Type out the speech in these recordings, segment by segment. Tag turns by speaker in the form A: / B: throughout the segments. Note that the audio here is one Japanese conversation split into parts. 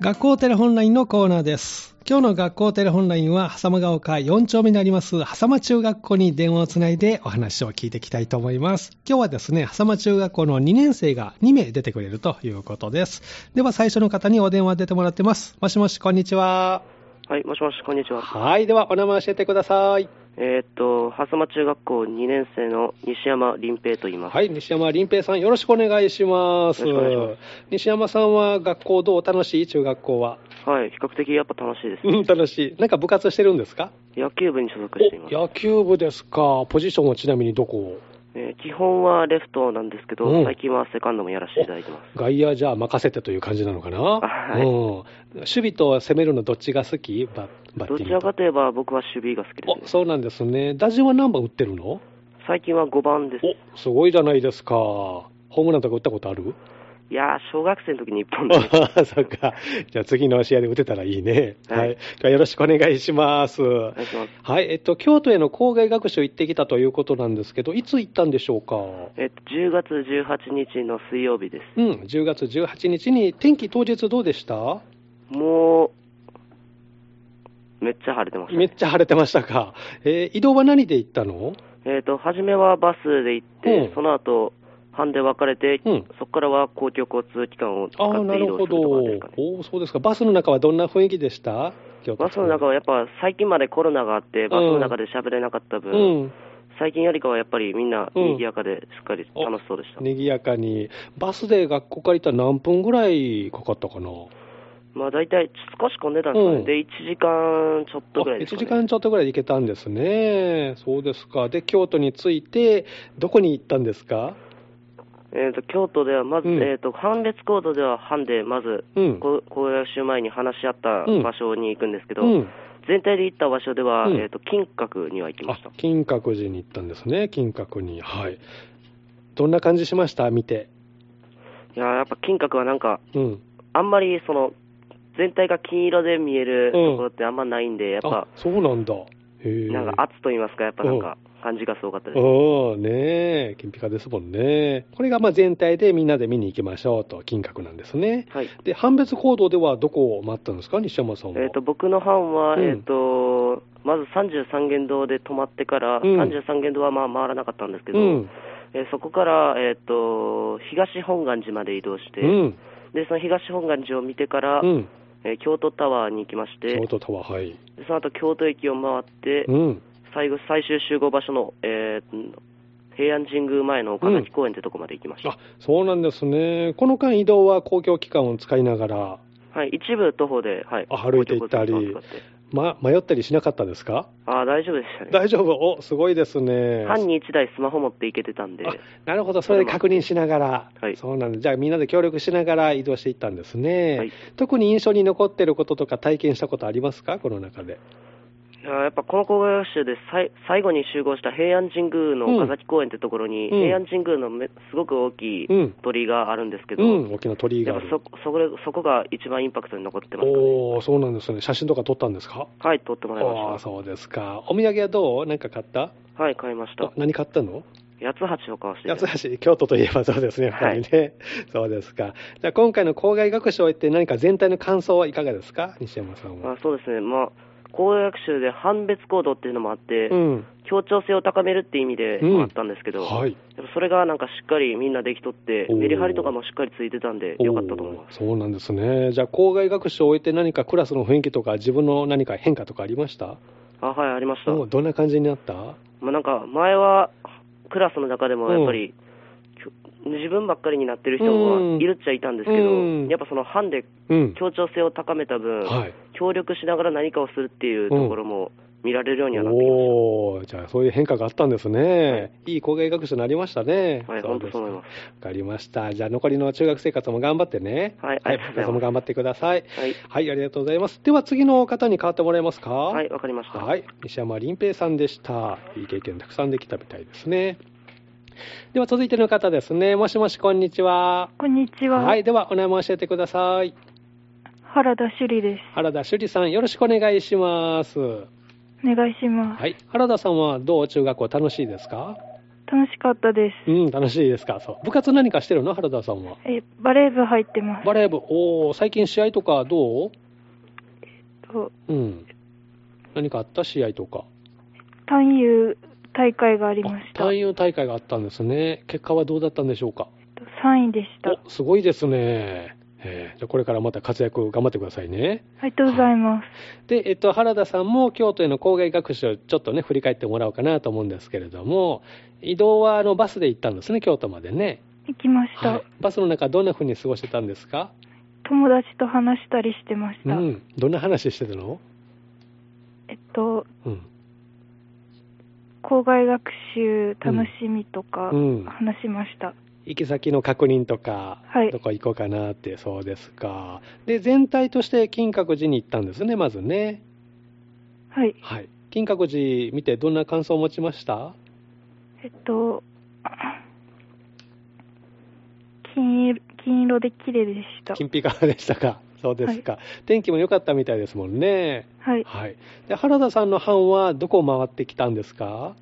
A: 学校テレホンラインのコーナーです。今日の学校テレホンラインは、狭間が丘4丁目にあります、狭間中学校に電話をつないでお話を聞いていきたいと思います。今日はですね、狭間中学校の2年生が2名出てくれるということです。では最初の方にお電話出てもらってます。もしもし、こんにちは。
B: はい、もしもし、こんにちは。
A: はい、ではお名前教えてください。
B: えーっと、狭間中学校2年生の西山林平と言います。
A: はい、西山林平さん、よろしくお願いします。
B: よろしくお願いし
A: 西山さんは学校どう楽しい中学校は。
B: はい、比較的やっぱ楽しいです。
A: うん、楽しい。なんか部活してるんですか
B: 野球部に所属しています。
A: お野球部ですか。ポジションはちなみにどこ
B: えー基本はレフトなんですけど、
A: うん
B: 最近はセカンドもやらせていただいてます。
A: 外野じゃあ任せてという感じなのかな、
B: はい
A: うん、守備と攻めるのどっちが好きババッ
B: ど
A: ティングと
B: ちらかといえば僕は守備が好き
A: お
B: ですね。
A: そうなんですね。打順は何番打ってるの
B: 最近は5番です。
A: おすごいじゃないですか。ホームランとか打ったことある
B: いやー、小学生の時に1本 で。
A: ああ、そっか。じゃあ次の試合で打てたらいいね。
B: はい
A: はい。じゃあよろしくお願いします。
B: お願いします。
A: はい。えっと、京都への校外学習行ってきたということなんですけど、いつ行ったんでしょうか
B: えーっと、10月18日の水曜日です。
A: うん、10月18日に天気当日どうでした
B: もう、めっちゃ晴れてました、
A: めっ
B: ね。
A: ちゃ晴れてましたか。えー移動は何で行ったの
B: えーっと、初めはバスで行って、
A: うん
B: その後、班で分かれて、
A: うん。
B: そこからは公共交通機関を使
A: ああ、
B: っ
A: な
B: て移
A: る
B: 動
A: ほ
B: する
A: ど。
B: とかですかね。
A: おお、そうですか。バスの中はどんな雰囲気でした京都
B: バスの中はやっぱ最近までコロナがあって、バスの中で喋れなかった分、
A: うん。
B: 最近よりかはやっぱりみんな
A: うん
B: 賑やかで、しっかり楽しそうでした。
A: 賑やかに。バスで学校から行ったら何分ぐらいかかったかな
B: まあ大体少し混んでたんですかね。
A: うん
B: で、1時間ちょっとぐらいです
A: 1
B: か、ね。
A: 時間ちょっとぐらいで行けたんですね、そうですか、で京都に着いて、どこに行ったんですか、
B: えっ、と、京都ではまず、
A: うん
B: えっ、と、判別行動では班でまず、
A: うん、
B: こう公約集前に話し合った
A: うん
B: 場所に行くんですけど、
A: うん、
B: 全体で行った場所では、
A: うん
B: えっ、と、金閣には行きま
A: あ
B: した。
A: 金閣寺に行ったんですね、金閣に、はい、どんな感じしました、見て、
B: いやーやっぱ金閣はなんか、
A: うん、
B: あんまりその全体が金色で見えるところってあんまないんで、やっ
A: あ
B: ぱ
A: そうなんだ、へえ、
B: なんか圧と言いますか、やっぱなんか感じがすごかったです。
A: おーねえ、金ピカですもんね、これがまあ全体でみんなで見に行きましょうと、金閣なんですね。
B: はい
A: で判別行動ではどこを待ったんですか、西山さんは。
B: えー、と僕の班は、
A: うん
B: えー、とまず33元堂で泊まってから、
A: うん
B: 33元堂はまあ回らなかったんですけど、
A: うん、
B: えーそこから、えー、と東本願寺まで移動して、
A: うん、
B: でその東本願寺を見てから、
A: うん、
B: えー京都タワーに行きまして
A: 京、都タワー、はい。
B: でその後京都駅を回って、
A: うん
B: 最後最終集合場所の、えー平安神宮前の岡崎公園ってとこまで行きました。
A: あそうなんですね、この間、移動は公共機関を使いながら、
B: はい、一部徒歩で、はい、
A: あ歩いて行ったり
B: 公共交通機関を使って
A: ま、迷ったりしなかったですか、
B: あ大丈夫でしたね。
A: 大丈夫、おすごいですね、
B: 班に1台スマホ持って行けてたんで、
A: あなるほど、それで確認しながら、
B: はい
A: そうなんですじゃあ、みんなで協力しながら移動していったんですね、
B: はい
A: 特に印象に残ってることとか、体験したことありますか、この中で。
B: いややっぱこの公開学習でさい最後に集合した平安神宮の岡崎公園ってところに、
A: うん
B: 平安神宮のめすごく大きい
A: うん
B: 鳥居があるんですけど、
A: うん、大きな鳥居
B: や
A: が
B: っ
A: あ
B: ぱ
A: る
B: そそこでそこが一番インパクトに残ってますかね。
A: おーそうなんですね、写真とか撮ったんですか
B: はい、撮ってもらい
A: あ
B: ま
A: ー
B: し
A: そうですか、お土産はどう、なんか買った
B: た。はい、買いました
A: あ。何買ったの
B: 八つ橋を交わしていただいて
A: 八橋、京都といえばそうですね、やっぱりね、 そうですか、じゃあ、今回の校外学習を行って、何か全体の感想はいかがですか、西山さんは。
B: あそうですね、まあ、公約習で判別行動っていうのもあって、
A: うん、
B: 協調性を高めるっていう意味で
A: うん
B: あったんですけど、
A: はい、
B: やっぱそれがなんかしっかりみんなできとって、
A: おー
B: メリハリとかもしっかりついてたんで、よかったと思います。
A: おーそうなんですね、じゃあ、校外学習を終えて、何かクラスの雰囲気とか、自分の何か変化とかありました
B: あはい、ありました。
A: もうどんな感じになった
B: まあ、なんか前はクラスの中でもやっぱり、きょ自分ばっかりになってる人
A: うん
B: はいるっちゃいたんですけど、
A: うん
B: やっぱその班で
A: うん、
B: 協調性を高めた分、
A: はい、
B: 協力しながら何かをするっていうところも見られるようにはなってきまし
A: おおーじゃあ、そういう変化があったんですね、い、い校外学習になりましたね、
B: た。はい、
A: そう
B: 本
A: で
B: 当
A: す
B: そう
A: か
B: 思いま
A: わかりました。じゃあ残りの中学生活も頑張ってね。
B: はいありがとうございます
A: 皆さんも頑張ってください。
B: す。はい、
A: はい、ありがとうございます。では次の方に代わってもらえますか。
B: は、
A: はい
B: わかりました。
A: い。西山林平さんでした。いい経験たくさんできたみたいですね。では続いての方ですね。もしもしこんにちは。
C: こんにちは。
A: はい、ではお名前教えてください。
C: 原田朱里です。
A: 原田朱里さん、よろしくお願いします。
C: お願いします。
A: はい、原田さんはどう中学校楽しいですか。
C: 楽しかったです。
A: うん、楽しいですか。そう。部活何かしてるの原田さんは。
C: え、バレー部入ってます。
A: バレー部、おー、最近試合とかどう
C: と
A: うん。何かあった試合とか。
C: 単遊大会がありました。
A: あ単遊大会があったんですね。結果はどうだったんでしょうか。
C: と3位でした。
A: お、すごいですね。えーじゃあこれからまた活躍頑張ってくださいね。
C: ありがとうございます。
A: で、えっと、原田さんも京都への校外学習をちょっとね、振り返ってもらおうかなと思うんですけれども、移動はあのバスで行ったんですね、京都までね。
C: 行きました、
A: はい。バスの中、どんな風に過ごしてたんですか
C: 友達と話したりしてまし
A: う
C: た。
A: ん。どんな話してたの
C: えっと、
A: うん。
C: 校外学習楽しみとか
A: うん
C: 話しました。
A: 行き先の確認とか、
C: はい
A: どこ行こうかなって、そうですか。で、全体として金閣寺に行ったんですね、まずね。
C: はい。
A: はい。金閣寺見て、どんな感想を持ちました
C: えっと、金色金色で綺麗でした。
A: 金ピカでしたか。そうですか。天気も良かったみたいですもんね。
C: はい。
A: はい。で、原田さんの班はどこを回ってきたんですか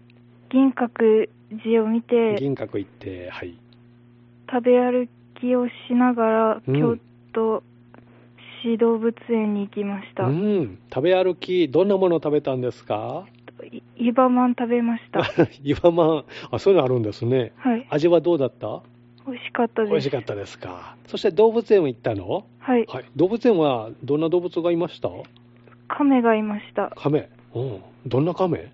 C: 銀閣寺を見て、
A: 銀閣行って、はい。
C: 食べ歩きをしながら、
A: うん
C: 京都市動物園に行きました
A: う。ん。食べ歩き、どんなものを食べたんですか
C: いイバマン食べま した。は
A: 岩間、あ、そういうのあるんですね。
C: い。
A: 味はどうだった
C: 美味しかったです。
A: 美味しかったですか。そして動物園行ったの、
C: はい。
A: はい、動物園はどんな動物がいました
C: カメがいました。
A: カメ。うん。どんなカメ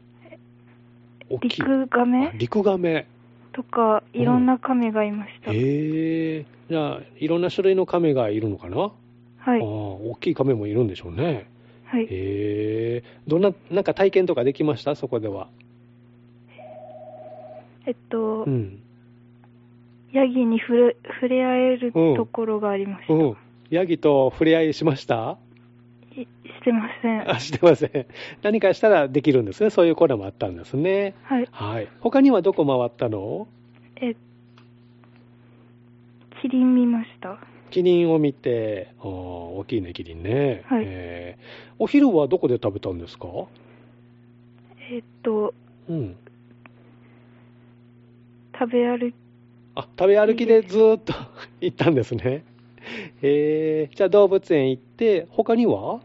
A: 大きい。
C: 陸ガ
A: あ
C: メ
A: 陸ガメ。
C: とか、
A: うん
C: いろんなカメがいました。
A: へえ。じゃあ、いろんな種類のカメがいるのかな、
C: は
A: ああ。
C: い
A: 大きいカメもいるんでしょうね。
C: はい。
A: へえ。どんな、なんか体験とかできましたそこでは。
C: えっと
A: う、ん。
C: ヤギに触れ触れ合える
A: うん
C: ところがありました。
A: うん。ヤギと触れ合いしました
C: いしてません。
A: あ、してません。何かしたらできるんですね。そういうコーナーもあったんですね。
C: はい。
A: はい。他にはどこ回ったの
C: え、キリン見ました。
A: キリンを見て、あー大きいね、キリンね。
C: はい
A: えーお昼はどこで食べたんですか
C: えっと、
A: うん。
C: 食べ歩き、
A: あ、食べ歩きでずーっと 行ったんですね。えー、じゃあ動物園行って、他には、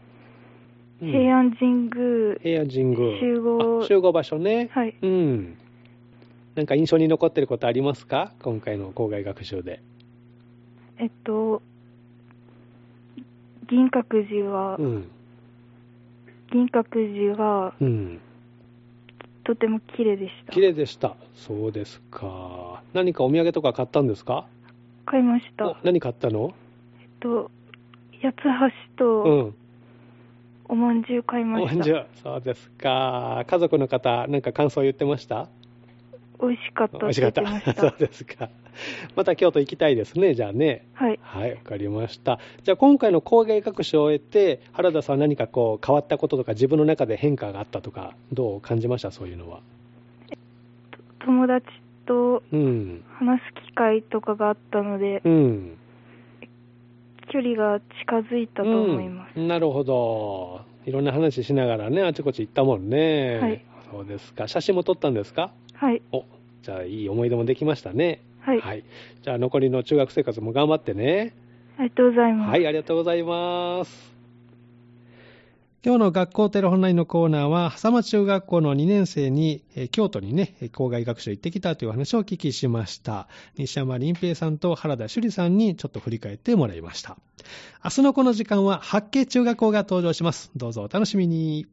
A: うん
C: 平安神宮、
A: 平安神宮。
C: 集合
A: あ集合場所ね。
C: はい
A: うん。なんか印象に残ってることありますか今回の校外学習で。
C: えっと、銀閣寺は、
A: うん。
C: 銀閣寺が
A: うん。
C: とても綺麗でした。
A: 綺麗でした。そうですか。何かお土産とか買ったんですか
C: 買いました。
A: お何買ったの
C: えっと、八つ橋
A: う
C: と
A: ん。
C: おまんじゅう買いま
A: お
C: した。
A: まんじゅう。そうですか。家族の方、なんか感想言ってました
C: 美味しかった
A: 美
C: っ
A: 味してか
C: 言
A: っ
C: って
A: た
C: まし。た。
A: そうですか。また京都行きたいですね、じゃあね。
C: はい。
A: はい、わかりました。じゃあ今回の工芸学習を終えて、原田さん何かこう変わったこととか自分の中で変化があったとか、どう感じましたそういうのは。
C: 友達と
A: うん。
C: 話す機会とかがあったので、
A: うん。
C: 距離が近づいたと思います。
A: うんなるほど。いろんな話しながらね、あちこち行ったもんね。
C: はい
A: そうですか。写真も撮ったんですか
C: はい。
A: お、じゃあいい思い出もできましたね。
C: はい。
A: じゃあ残りの中学生活も頑張ってね。
C: ありがとうございます。
A: はい、ありがとうございます。
D: 今日の学校テレホンラインのコーナーは、狭間中学校の2年生に、えー京都にね、えー校外学習行ってきたという話をお聞きしました。西山林平さんと原田朱里さんにちょっと振り返ってもらいました。明日のこの時間は、八景中学校が登場します。どうぞお楽しみに。